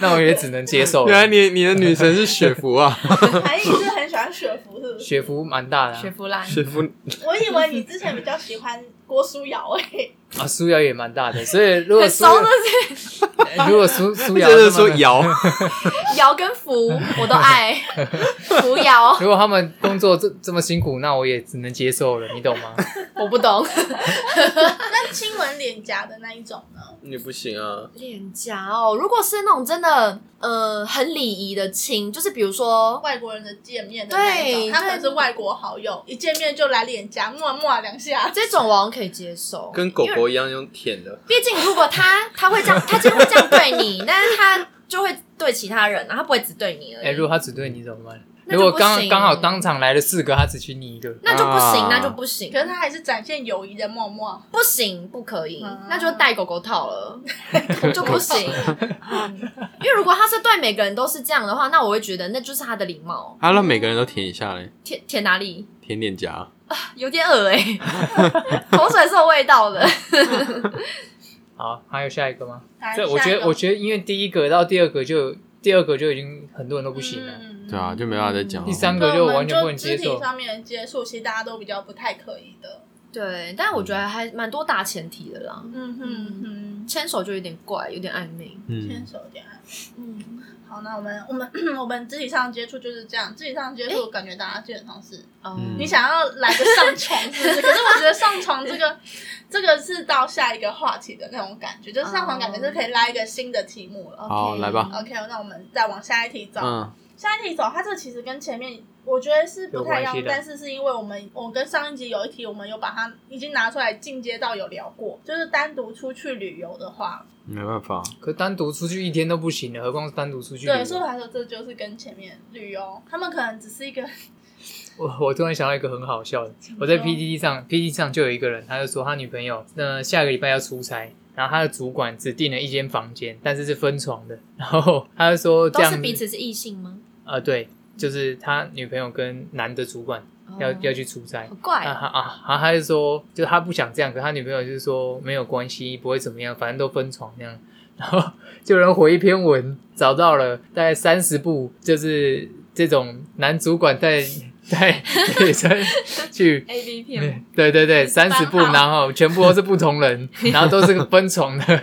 C: 那我也只能接受
D: 原来
C: 了。
D: 你你的女神是雪芙啊，
B: 韩影是很喜欢雪芙，是不是？
C: 雪芙蛮大的啊、
E: 雪芙兰
D: 雪 芙
B: 我以为你之前比较喜欢郭书瑶欸诶，
C: 啊，苏瑶也蛮大的，所以如果
E: 很
C: 苏
E: 熟的是
C: 哎如果苏 苏
D: 就
C: 瑶
D: 是
C: 他们
D: 说摇，
E: 瑶跟芙，我都爱芙瑶，
C: 如果他们工作这这么辛苦，那我也只能接受了，你懂吗？
E: 我不懂。
B: 那亲吻脸颊的那一种呢？
D: 你不行啊，
E: 脸颊哦，如果是那种真的呃很礼仪的亲，就是比如说
B: 外国人的见面的那一种，
E: 对
B: 他可能是外国好友，一见面就来脸颊摸啊摸啊两下，
E: 这种我好像可以接受，
D: 跟狗狗一样用舔的，
E: 毕竟如果他他会这样，他就会这样对你，但是他就会对其他人啊，他不会只对你而已，
C: 哎、如果他只对你怎么办？
E: 那就
C: 如果
E: 不
C: 刚
E: 行
C: 刚好当场来了四个，他只娶你一个，
E: 那就不行，
D: 啊
E: 那就不行
B: 可，是他还是展现友谊的默默。
E: 不行，不可以
B: 啊，
E: 那就戴狗狗套了， 就不行。嗯因为如果他是对每个人都是这样的话，那我会觉得那就是他的礼貌，
D: 他啊让每个人都舔一下嘞，
E: 舔舔哪里
D: 舔脸颊，
E: 有点恶哎、 口水是有味道的。
C: 好，还有下一个吗？
B: 来
C: 这我
B: 下
C: 觉
B: 一
C: 得，
B: 个
C: 我觉得因为第一个到第二个就第二个就已经很多人都不行了，
B: 嗯
D: 对啊，就没办法再讲了。
C: 第三
B: 对
C: 个
B: 我
C: 就
B: 们
C: 完全不能
B: 肢
C: 接受
B: 体。上面的接触，其实大家都比较不太可以的。
E: 对，但我
C: 嗯
E: 觉得还蛮多大前提的啦。
B: 嗯哼哼，
E: 牵手就有点怪，有点暧昧。
B: 牵
D: 嗯，
B: 手有点暧昧。
E: 嗯，
B: 好，那我们我们 我们肢体上接触就是这样，肢体上接触，感觉大家基本上是
E: 哦、
D: 嗯
B: 你想要来个上床是不是？可是我觉得上床这个，这个是到下一个话题的那种感觉，就是上床感觉是可以拉一个新的题目了。
C: 哦
D: 好来吧
B: OK，那我们再往下一题走。
D: 嗯，
B: 下一题走，它这个其实跟前面我觉得是不太一样
C: 有关系，的
B: 但是是因为我们我跟上一集有一题，我们有把它已经拿出来进阶到有聊过，就是单独出去旅游的话，
D: 没办法，
C: 可单独出去一天都不行了，何况是单独出去旅游？
B: 对，所以我来说这就是跟前面旅游，他们可能只是一个
C: 我我突然想到一个很好笑的，我
E: 哦
C: 在 PTT 上 PTT 上就有一个人，他就说他女朋友那、呃下个礼拜要出差，然后他的主管只订了一间房间，但是是分床的，然后他就说这
E: 都
C: 样
E: 是彼此是异性吗？
C: 呃对，就是他女朋友跟男的主管要、
E: 哦
C: 要去出差
E: 好。
C: 啊
E: 怪、哦
C: 啊啊！然后他就说，就他不想这样，可他女朋友就是说没有关系，不会怎么样，反正都分床这样。然后就有人回一篇文，找到了大概三十部，就是这种男主管带带女生去
E: A B 啊片，
C: 对对对，三十步，
B: 番号
C: 然后全部都是不同人，然后都是分床的，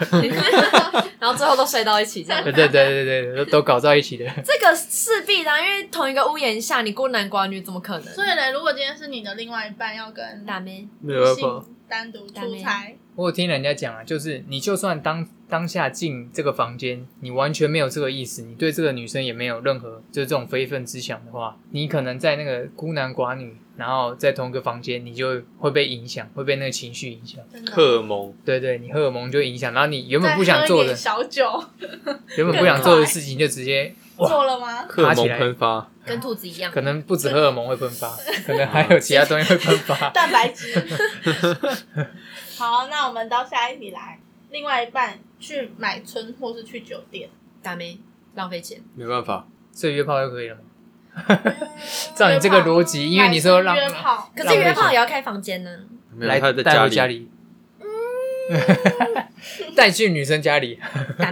E: 然后最后都睡到一起这 样。
C: 对对对对对，都都搞到一起的。
E: 这个是必啊然，因为同一个屋檐下，你孤男寡女怎么可能？
B: 所以呢，如果今天是你的另外一半要跟
E: 打咩？
C: 没
B: 女性单独出差，
C: 我有听人家讲啊，就是你就算当当下进这个房间，你完全没有这个意思，你对这个女生也没有任何就是这种非分之想的话，你可能在那个孤男寡女，然后在同一个房间，你就会被影响，会被那个情绪影响。
B: 真的
D: 荷尔蒙，
C: 对对，你荷尔蒙就影响，然后你原本
B: 再
C: 不想
B: 喝一
C: 做
B: 点
C: 的，
B: 小 酒
C: 原本不想做的事情就直接，哇
B: 做了 吗？
D: 荷尔
C: 爬起
D: 蒙
C: 来
D: 喷发，
E: 跟兔子一样，
C: 可能不止荷尔蒙会喷发，可能还有其他东西会喷发。
B: 蛋白 质。好，那我们到下一题来。另外一半去买春或是去酒店，
E: 打咩？浪费钱。
D: 没办法，
C: 所以约炮就可以了吗？
B: 照
C: 照你这个逻辑，因为你说让
B: 约炮，
E: 可是约炮也要开房间呢。
D: 没
C: 来
D: 有他在
C: 带回家
D: 家，
C: 里，带去女生家里，
E: 打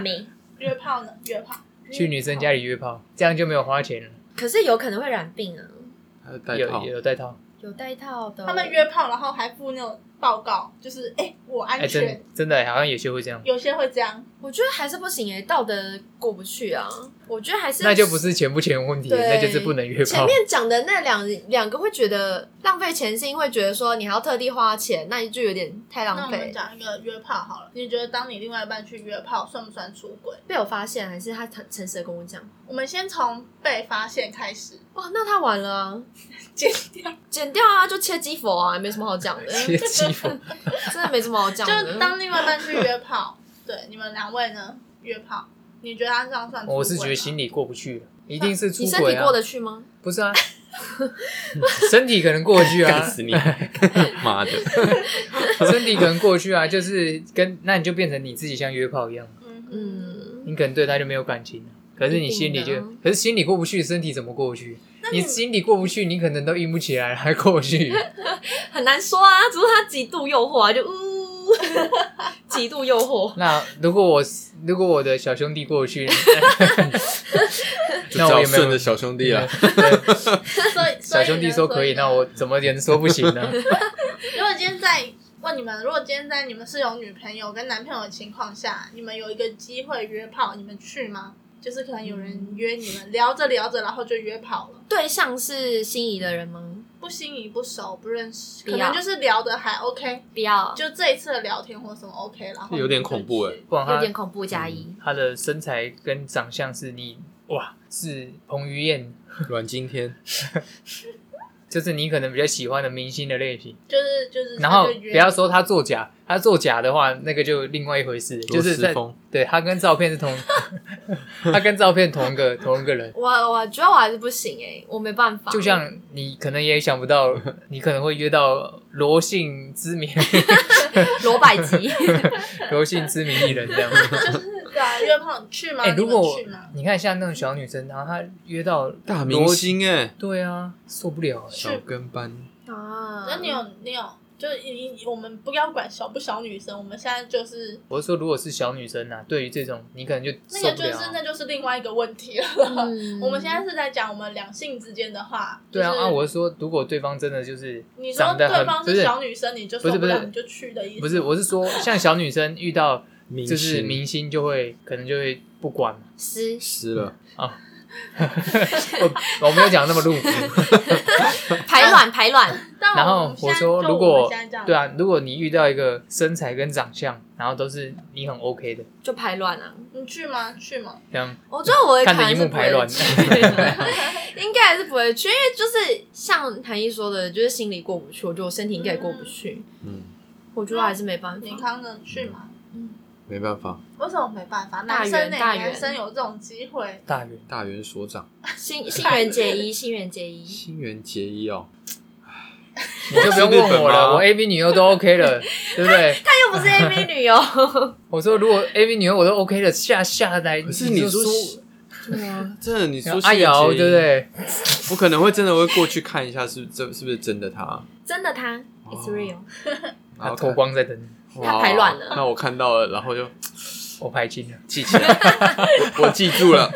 E: 咩？
B: 约炮呢？约炮
C: 去女生家里约炮，这样就没有花钱了。
E: 可是有可能会染病啊。
D: 他在带
C: 有
D: 套，
C: 有带套，
E: 有带套的，
B: 他们约炮，然后还附那种报告，就是哎、我安
C: 哎，
B: 全。
C: 真真的好像有些会这样，
B: 有些会这样，
E: 我觉得还是不行诶、道德过不去啊。我觉得还是
C: 那就不是钱不钱的问题，
E: 对
C: 那就是不能约
E: 前
C: 炮。
E: 面讲的那两两个会觉得浪费钱，是因为觉得说你还要特地花钱，那就有点太
B: 那
E: 浪
B: 我们
E: 费。
B: 讲一个约炮好了。你觉得当你另外一半去约炮，算不算出轨？
E: 被我发现，还是他诚诚实的跟我讲，
B: 我们先从被发现开始，
E: 哇，那他完了啊，
B: 剪掉。
E: 剪掉啊，就切鸡佛啊，没什么好讲的，
C: 切鸡佛，
E: 真的没什么好讲的。
B: 就当另外一半去约炮，对你们两位呢？约炮，你觉得他这样 算出轨吗？
C: 哦我是觉得心里过不去了，一定是出
E: 你身
C: 轨
E: 体
C: 啊
E: 过，得去吗？
C: 不是啊，身体可能过去啊
D: 干，死 你，妈 的，
C: 身体可能过去啊，就是跟那你就变成你自己像约炮一样，
B: 嗯嗯。
E: 嗯，
C: 你可能对他就没有感情了。可是你心里
E: 一
C: 就
E: 定的啊，
C: 可是心里过不去，身体怎么过不去？
B: 你
C: 你心里过不去，你可能都硬不起来，还过不 去。
E: 很难说啊，只是他极度诱惑啊，就呜， 极度 诱惑。
C: 那如果我如果我的小兄弟过去，哎
D: 就
C: 那我
D: 叫
C: 也没有
D: 顺着小兄弟 啊了，
B: 所以
C: 小兄弟说可以，那我怎么能说不行 呢？
B: 如果今天在问你们，如果今天在你们是有女朋友跟男朋友的情况下，你们有一个机会约炮，你们去吗？就是可能有
E: 嗯
B: 人约你们，聊着聊着，然后就约炮了，
E: 对象是心仪的人吗？
B: 不心仪不熟不认识，
E: 不
B: 可
E: 要
B: 能就是聊的还 OK，
E: 不要，
B: 就这一次的聊天或什么 OK，然后
D: 有点恐怖
B: 哎、
D: 哎
C: 不然
E: 有点
C: 他
E: 恐怖加一。
C: 他的身材跟长相是你哇，是彭于晏，
D: 阮经天，
C: 就是你可能比较喜欢的明星的类型。
B: 就是就是
C: 然后
B: 他就约
C: 不要说他作假，他作假的话，那个就另外一回事，就
D: 罗
C: 是
D: 斯
C: 在
D: 峰，
C: 对他跟照片是同，他跟照片同一个同一个人。
E: 我我觉得我还是不行哎、我没办法。
C: 就像你可能也想不到，你可能会约到罗姓 知名
E: 罗百吉，
C: 罗姓知名艺人这样。
B: 就是对啊，约炮你去吗？
C: 哎、
B: 你
C: 如
B: 们
C: 果
B: 去吗？
C: 你看像那种小女生，然后她约到，
D: 大明星哎，
C: 对啊，受不了、欸。
D: 小跟班，
C: 嗯
E: 啊
B: 那你有你有，就是你我们不要管小不小女生，我们现在就是
C: 我是说，如果是小女生啊，对于这种你可能就
B: 那
C: 受
B: 个
C: 不
B: 就
C: 了啊、
B: 是那就是另外一个问题了。
E: 嗯
B: 我们现在是在讲我们两性之间的话，
C: 对啊、
B: 就是、
C: 啊！我是说，如果对方真的就是
B: 你说
C: 长得
B: 对
C: 很
B: 方
C: 不是
B: 小女生，你就
C: 不
B: 受
C: 是不
B: 了，
C: 是
B: 你就去的意思。
C: 不是，我是说像小女生遇到
D: 明
C: 就是
D: 星
C: 明星就会可能就会不 管嘛。
E: 湿
D: 湿了，
C: 我我没有讲那么露骨，
E: 排卵排卵，
B: 但
C: 然后
B: 们现
C: 我
B: 在
C: 说，
B: 就
C: 如
B: 我们
C: 果
B: 现在这样
C: 对，啊，如果你遇到一个身材跟长相，然后都是你很 OK 的，
E: 就排卵啊！
B: 你去吗？去吗？
C: 这样
E: 我觉得我会
C: 看着
E: 还
C: 荧
E: 是
C: 幕
E: 不
C: 排
E: 会
C: 卵
E: 去，应该还是不会去，因为就是像谭毅说的，就是心里过不去，我觉得我身体应该也过不去，
D: 嗯，
E: 我觉得我还是没办
B: 你
E: 法。
B: 康能去吗？
D: 没办法，
B: 为什么没办法？
E: 大
B: 男
E: 圆
B: 生呢？
E: 大圆
B: 男生有这种机会，
C: 大圆
D: 大元所长，
E: 新新元结衣，新元结衣，
D: 新垣结衣哦，
C: 你就不用问我
D: 是日本
C: 了，
D: 吗
C: 我 AV 女优都 OK 了，对不对？
E: 她哎又不是 AV 女优，
C: 我说如果 AV 女优我都 OK 了，下下来
D: 可是你
C: 就
D: 说
C: 说
D: 对啊，真的你说
C: 阿
D: 新垣结衣
C: 瑶对不？对？
D: 我可能会真的会过去看一下是，这是不是真的他，
E: 真的她，It's real，
D: 然
C: 她
D: 后
C: 脱
D: 看
C: 光在等你，
E: 她排卵了
D: 哇那我看到了，然后就
C: 我排清了。
D: 记起来， 我记住了，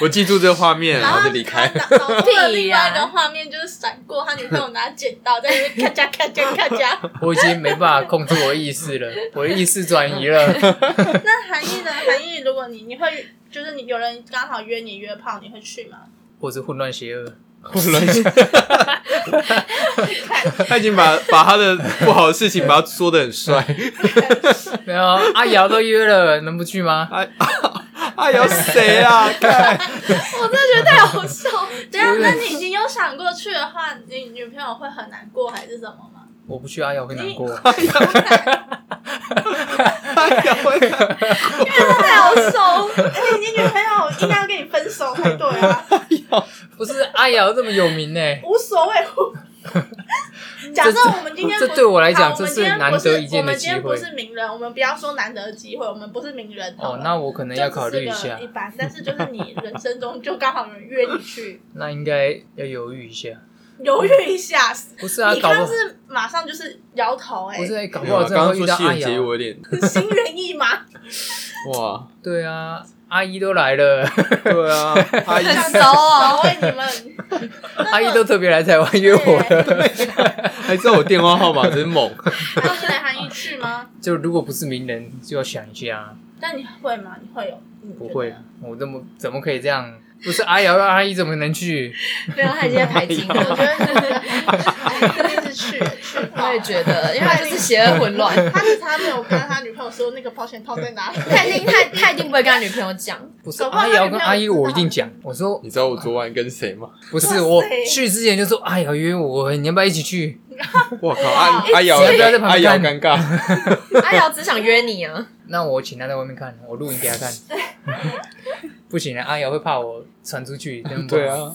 D: 我记住这画面，然后就离开。
B: 然后脑中的另外一个画面就是闪过他女朋友拿剪刀在那边咔嚓咔嚓咔嚓。
C: 我已经没办法控制我的意识了，我的意识转移了。
B: 那韩毅呢？韩毅，如果你你会就是你有人刚好约你约炮，你会去吗？
C: 我是混乱邪恶，
D: 混 乱一下，他已经把把他的不好的事情把他说的很 帅。
C: 没有啊阿瑶都约了，能不去吗？
D: 哎哎呦，谁 啊？看
E: 我真的觉得太好笑。
B: 对啊，那你你有想过去的话，你女朋友会很难过还是什么吗？
C: 我不去，阿瑶会难过。
D: 哎呀，我
B: 太好熟，而且你女朋友应该要跟你分手才对啊，
C: 不是阿瑶这么有名呢、
B: 无所谓。假设我们今天不
C: 这对我来讲
B: 好我们
C: 这是
B: 今天
C: 难
B: 不是
C: 得一见的
B: 我们今天
C: 机会
B: 不是名人，我们不要说难得的机会，我们不是名人。好
C: 哦
B: 了，
C: 那我可能
B: 就
C: 要考虑一
B: 只是
C: 下
B: 个一，般，但是就是你人生中就刚好有人约你 去，
C: 那应该要犹豫一下。
B: 犹豫一下。
C: 不是啊，
B: 你
C: 搞不
B: 刚
C: 好
B: 是马上就是摇头哎、
C: 不是、啊搞不好
D: 刚
C: 真的
D: 啊刚
C: 会
D: 说
C: 遇到
D: 戏
C: 阿
D: 很结，
C: 瑶。啊
D: 我有点
B: 心猿意 马，
D: 哇，
C: 对啊，阿姨都来了，
D: 对啊，阿姨
E: 很 熟哦，
B: 我为你们
C: 阿姨都特别来台湾约我了。
D: 还知道我电话号码，真猛。
B: 那你来韩一去吗？
C: 就如果不是名人，就要想一下啊。
B: 但你会吗？你会有？你
C: 不
B: 觉
C: 会
B: 得，
E: 啊
C: 我怎么怎么可以这样？不是阿瑶让阿姨怎么能去？
E: 没有，他啊已经在排金
B: 我
E: 了。
B: 觉得你肯定是去去报。
E: 我也觉得，因为他就是邪恶混乱，
B: 他只差没有跟他女朋友说那个保险套在哪里。
E: 他一定他他一定不会跟他女朋友 讲。
C: 不是
B: 搞不好
C: 阿
B: 他
C: 瑶
B: 女
C: 跟
B: 朋友
C: 阿姨，
B: 知道
C: 我一定讲。我说
D: 你知道我昨晚跟谁 吗？
C: 不
B: 哇
C: 是，
B: 塞
C: 我去之前就说阿瑶约我，你要不要一起去？
D: 我靠，
B: 哇
D: 阿阿瑶，
C: 不要在旁
D: 阿
C: 边
D: 瑶
C: 看
D: 尴尬。
E: 阿瑶只想约你啊，
C: 那我请他在外面看，我录影给他 看。不行啊，阿瑶会怕我传出去。真的不好
D: 对，啊，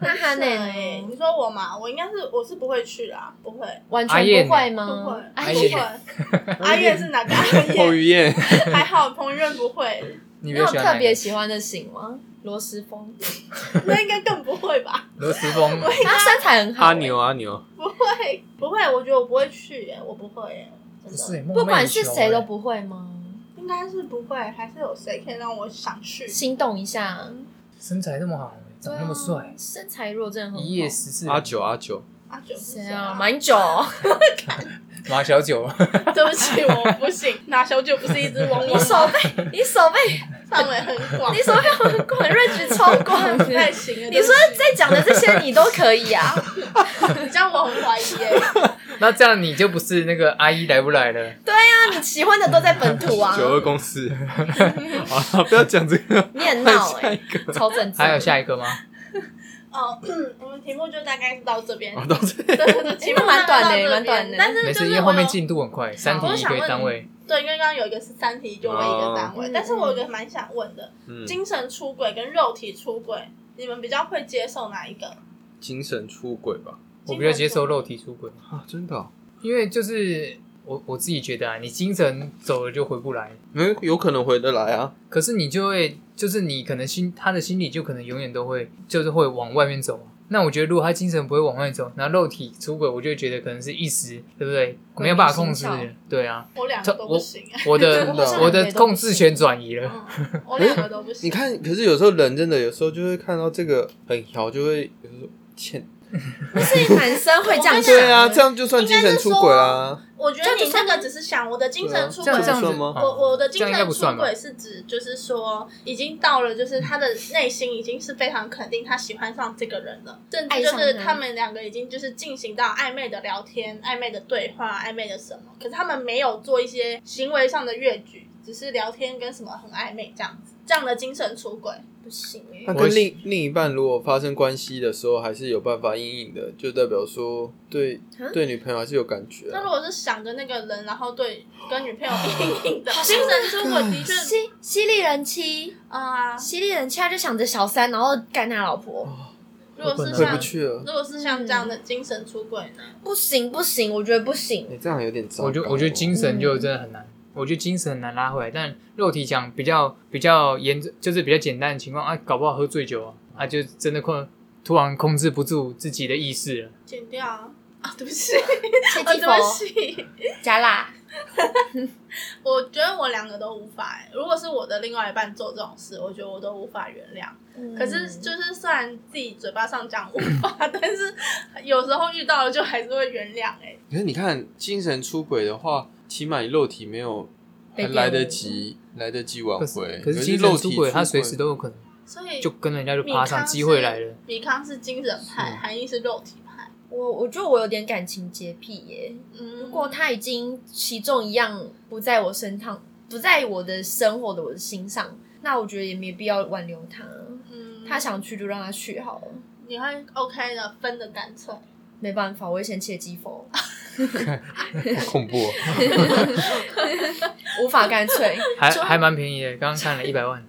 E: 那他
B: 对，
E: 呢？
B: 啊你说我嘛，我应该是我是不会去啦，不会，
E: 完
C: 阿燕
E: 全不
B: 不
E: 会
B: 会
E: 吗，？
B: 不
C: 嗯阿
B: 会
C: 燕。
B: 阿燕是哪个阿
D: 彭
B: 燕？
D: 于晏，
B: 还好彭于晏不会，
C: 你
E: 你
C: 比较
E: 有
C: 喜欢哪
E: 特
C: 个
E: 别喜欢的型吗？罗斯风，
B: 那应该更不会吧？
C: 罗斯峰，
E: 他身材很好欸。
D: 阿牛，阿牛，
B: 不会，不会，我觉得我不会去耶，我不会耶，
C: 不
B: 真的
C: 是，梦寐以求
E: 不管是谁都
C: 欸
E: 不会吗？
B: 应该是不会，还是有谁可以让我想去？
E: 心动一下，
C: 身材这么好，欸长那么
E: 对啊
C: 帅，
E: 身材若真的很好。
C: 一夜十四
D: 阿九，阿九，
B: 阿九是
E: 谁
B: 啊
E: 啊？马英九，
C: 马小九，
B: 对不起，我不行。拿小九不是一只 网
E: 你
B: 络
E: 手背，你手背，
B: 范围很广
E: 你，手背很广，range 超广
B: 不太
E: 的。
B: 行了。
E: 你说在讲的这些你都可以啊，
B: 你这样我很怀疑耶。
C: 那这样你就不是那个阿姨来不来了？
E: 那你喜欢的都在本土啊。
D: 九二公司。好了，不要讲这个。
E: 你很
D: 换
E: 闹
D: 下
E: 哎
D: 一，个，
E: 超正经。
C: 还有下一个吗？
B: 哦，我们题目就大概是到这边
D: 好。哦到这
B: 对对对，题目
E: 哎那蛮短的
B: 大概到这边
E: 蛮短的
B: 但是
C: 哦 没
B: 就
C: 事，
B: 是
C: 因
B: 我
C: 为后面
B: 有
C: 进度很快，三题
B: 我
C: 一
B: 想
C: 个单位。
B: 对，因为刚刚有一个是三题就为一个单位
E: 哦，
B: 但是我有一个蛮想问的，
D: 嗯，
B: 精神出轨跟肉体出轨，你们比较会接受哪一个？
D: 精神出轨吧？
C: 我比较接受肉体出轨，
D: 啊，真的哦？
C: 因为就是我我自己觉得啊，你精神走了就回不来，
D: 嗯，有可能回得来啊。
C: 可是你就会就是你可能心他的心理就可能永远都会就是会往外面走。那我觉得如果他精神不会往外走，那肉体出轨，我就会觉得可能是一时，对不对？没有办法控制
E: 鬼迷心，
C: 对啊，
B: 我两个都不行哎，
C: 我的
D: 真的哦
C: 我的控制权转移了。
B: 嗯我两个都不行。
D: 你，看，可是有时候人真的有时候就会看到这个很调，就会有时候欠。
E: 不是男生会这样想
D: 对啊，这样就算精神出轨啊啦。
B: 我觉得你那个只是想我的精神出
C: 这
B: 轨
C: 样
D: 啊这
C: 这
D: 样
C: 样
D: 子
C: 子
D: 吗
C: 哦
B: 我我的
C: 这
B: 精
C: 样应该
B: 神
C: 不
B: 出
C: 算吧
B: 轨？是指，就是说已经到了，就是他的内心已经是非常肯定他喜欢上这个人了，甚至
E: 爱
B: 就
E: 上
B: 是
E: 他
B: 他们两个已经就是进行到暧昧的聊天、暧昧的对话、暧昧的什么，可是他们没有做一些行为上的越矩，只是聊天跟什么很暧昧这样子，这样的精神出轨
E: 不行哎
D: 那跟另另一半如果发生关系的时候，还是有办法阴影的，就代表说对
E: 啊
D: 对女朋友还是有感觉啊
B: 那如。果是想着那个人，然后对跟女 朋友硬硬的精神出轨，的确
E: 犀犀利人妻，
B: 啊，
E: 犀利人妻，他就想着小三，然后干他老婆，
B: 如果是
C: 那
D: 回
B: 像
D: 不去了
B: 如，果是像这样的精神出轨呢？
E: 不行不行，我觉得不
D: 你
E: 行。
D: 这样有点糟糕哦。
C: 我觉得我觉得精神就真的很难，
B: 嗯
C: 我觉得精神很难拉回来，但肉体讲比较比较严重，就是比较简单的情况啊，搞不好喝醉酒啊，啊就真的控突然控制不住自己的意识了，
B: 剪掉啊。啊，对不起，啊，
A: 切记
B: 对
E: 哦
B: 不起，
A: 加辣，
B: 我觉得我两个都无法、欸。如果是我的另外一半做这种事，我觉得我都无法原谅。
E: 嗯
B: 可是就是虽然自己嘴巴上讲无法，但是有时候遇到了就还是会原谅哎、欸。
D: 可是你看，精神出轨的话，起码你肉体没有
E: 被玷
D: 还
E: 污
D: 来得及来得及挽
C: 可
D: 回
C: 是。可是精
D: 肉
C: 神
D: 体
C: 出
D: 出
C: 轨，他随时 都有可能
B: 所以
C: 就跟人家就
B: 米
C: 爬
B: 康
C: 上，
B: 是
C: 机会来了。。
B: 米康是精神派，
D: 是
B: 韩义是肉体派。
E: 我我觉得我有点感情洁癖耶。
B: 嗯，
E: 如果他已经其中一样不在我身上，不在我的生活的我的心上，那我觉得也没必要挽留他。
B: 嗯
E: 他想去就让他去好了，
B: 你会 OK 的，分的干脆。
E: 没办法，我会先切鸡佛，
D: 恐 怖哦、
E: 无法干脆。
C: 还
E: 就
C: 还蛮便宜的，刚刚看了一 百万，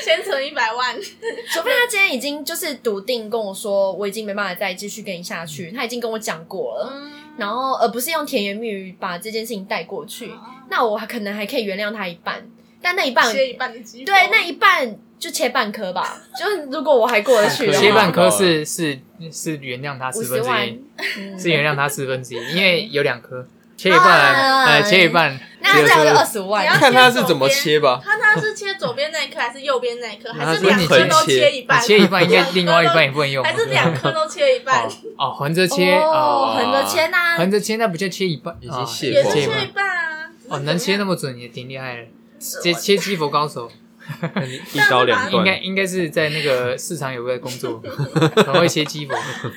B: 先存一百万，
E: 除非他今天已经就是笃定跟我说，我已经没办法再继续跟你下去，他已经跟我讲过了，
B: 嗯，
E: 然后呃而不是用甜言蜜语把这件事情带过去，
B: 嗯
E: 那我还可能还可以原谅他一半，但那一半
B: 切一半的鸡。
E: 对那一半就切半颗吧， 就是如果我还过得去
B: 啊
E: 的
D: 对
E: 话，
C: 切啊半颗是是是原谅他
E: 五
C: 四
E: 十
C: 分之
E: 万
C: 一，，
E: 嗯
C: 是原谅他四分之一，因为有两颗，切一
B: 啊
C: 半，
A: 哎
C: 呃，切一半，
E: 那
C: 只有
E: 这样就
C: 说
E: 二十万
B: 你，要
D: 看他是怎么切
C: 啊
D: 吧。
B: 他他是切左边那一颗，还是右边那一颗，还是
D: 他说
B: 两
D: 你
B: 颗都
D: 切
B: 切一半？
C: 你切一半，应该另外一半也不能用啊吗，
B: 还是两颗都切一半
D: 哦，
C: 哦，横着切
E: 哦，
C: 哦，
E: 横着切呐，
C: 横着切那不就切一半，
D: 已经
C: 哦
B: 啊
D: 卸
B: 也是
D: 光了
C: 切一
B: 切一
C: 半，
B: 半啊。
C: 哦，能切那
B: 么
C: 么准也挺厉害的，切切鸡佛高 手，
D: 一刀两
C: 应该
D: 断，
C: 应该是在那个市场有个工 作，很会切鸡佛，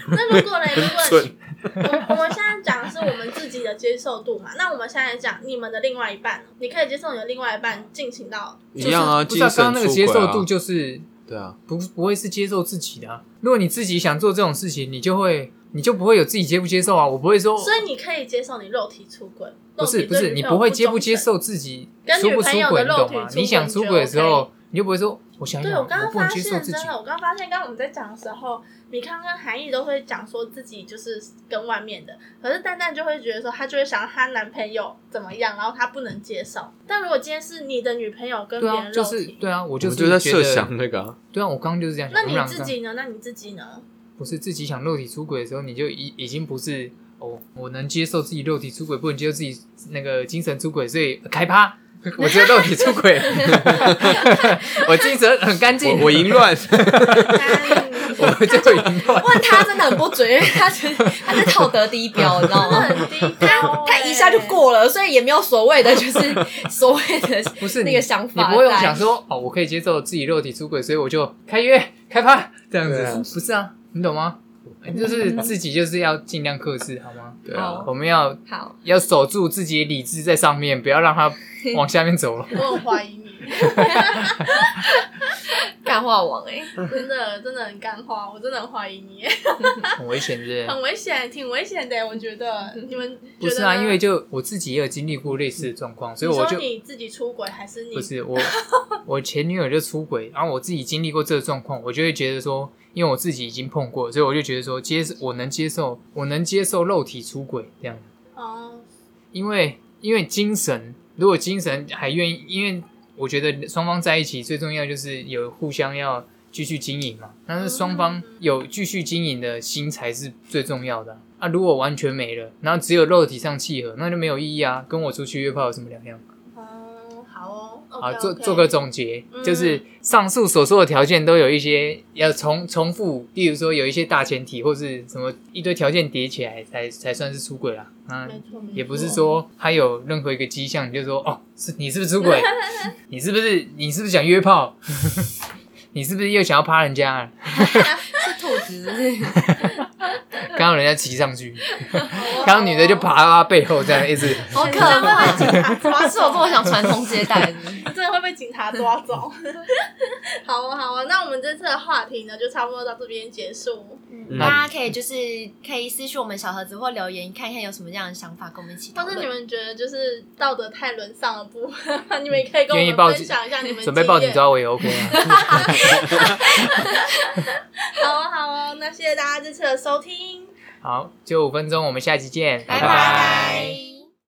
B: 那如果呢？ 如果
D: 准
B: 我我们现在讲的是我们自己的接受度嘛，那我们现在讲你们的另外一半，你可以接受你的另外一半进行到
D: 一样啊，
C: 不知道
D: 精
C: 刚刚
D: 神
C: 那个
D: 出
C: 接
D: 轨
C: 受
D: 啊
C: 度，就是
D: 对啊，
C: 不不会是接受自己的啊、如果你自己想做这种事情，你就会你就不会有自己接不接受啊。我不会说，
B: 所以你可以接受你肉体出轨，
C: 不是
B: 肉体
C: 不
B: 对
C: 是，
B: 女
C: 你
B: 朋友
C: 不会接不
B: 忠
C: 接
B: 诚？
C: 受自己
B: 跟
C: 出
B: 女
C: 不
B: 朋
C: 出
B: 友
C: 轨，
B: 的
C: 你
B: 肉
C: 懂
B: 体
C: 吗？
B: 出
C: 你
B: 轨
C: 想
B: 你
C: 出
B: 觉
C: 轨
B: 得
C: 的时候
B: OK，
C: 你就不会说我想
B: 对，
C: 想，
B: 我刚刚
C: 不
B: 发
C: 能接受
B: 现
C: 自
B: 真
C: 己。
B: 的，我刚刚发现，刚刚我们在讲的时候，米康跟韩毅都会讲说自己就是跟外面的，可是蛋蛋就会觉得说，她就会想她男朋友怎么样，然后她不能接受。但如果今天是你的女朋友跟
C: 对
B: 别
C: 啊，
B: 人
C: 就
B: 肉
C: 是
B: 体，
C: 对啊，我
D: 我
C: 就
D: 就是在
C: 觉
D: 设
C: 得
D: 想那 个啊，
C: 对啊，我刚刚就是这样想。
B: 那
C: 我
B: 你
C: 们俩
B: 自
C: 刚
B: 己呢？那你自己 呢？
C: 不是自己想肉体出轨的时候，你就已已经不是哦，我能接受自己肉体出轨，不能接受自己那个精神出轨，所以开趴。 我只有肉体出轨，我精神很干净，
D: 我我淫 乱，
B: 那
C: 我就淫 乱。
E: 问他真的很不准，因为 他是他是道德低标，你知道 吗？
B: 很低调欸，
E: 他一下就过了，所以也没有所 谓的，就是所谓的
C: 不是
E: 那
C: 你
E: 个想法
C: 你不会有
E: 在
C: 想说哦，我可以接受自己肉体出轨，所以我就开约开趴这样子、
D: 对啊
C: 不是啊，你懂吗？就是自己就是要尽量克制，好吗？
D: 对啊，
C: 我们要
E: 好。
C: 要守住自己的理智在上面，不要让它往下面走了。
B: 我很怀疑你，
E: 干话王哎、
B: 真的真的很干话，我真的很怀疑 你欸，
C: 很危险， 是不是
B: 很危险，挺危险的，我觉得你们
C: 不
B: 觉得
C: 是啊？
B: 呢
C: 因为就我自己也有经历过类似的状况，所以
B: 你
C: 我
B: 说
C: 就
B: 你自己出轨还是你
C: 不是我，我前女友就出轨，然后我自己经历过这个状况，我就会觉得说，因为我自己已经碰过，所以我就觉得说，接我能接受，我能接受肉体出轨这样。
B: 哦，
C: 因为因为精神，如果精神还愿意，因为我觉得双方在一起最重要就是有互相要继续经营嘛，但是双
B: 嗯
C: 方有继续经营的心才是最重要的啊。啊如果完全没了，然后只有肉体上契合，那就没有意义啊，跟我出去约炮有什么两样？
B: 哦，好哦，
C: 啊，
B: OK，
C: 做
B: OK
C: 做个总结，
B: 嗯
C: 就是上述所说的条件都有一些要重重复，例如说有一些大前提或是什么一堆条件叠起来才才算是出轨啦。啊，
B: 没错，没
C: 也不是
B: 错
C: 说他有任何一个迹象，你就说哦，是你是不是出轨？你是不是你是不是想约炮？ 你是不是又想要趴人家啊？
E: 是兔子是不是
C: 刚刚人家骑上去，
B: 哦
C: 刚刚女的就爬到他背后，这样一直
E: 好可怕！是我跟我想传宗接代的，
B: 你真的会被警察抓走。 好啊，好啊，那我们这次的话题呢，就差不多到这边结束。
D: 嗯
E: 大家可以就是可以私讯我们小盒子或留言，看看有什么样的想法，跟我们一起讨
B: 或是你
E: 论。
B: 们觉得就是道德太沦丧的部分， 你们也可以跟我
C: 愿意报
B: 们
C: 警
B: 分享一下你们
C: 准备
B: 经
C: 报警
B: 验。
C: 抓我也 OK 啊。
B: 好啊，好啊，那谢谢大家这次的收听，
C: 好，就五分钟，我们下期见，
E: 拜
C: 拜
E: 拜。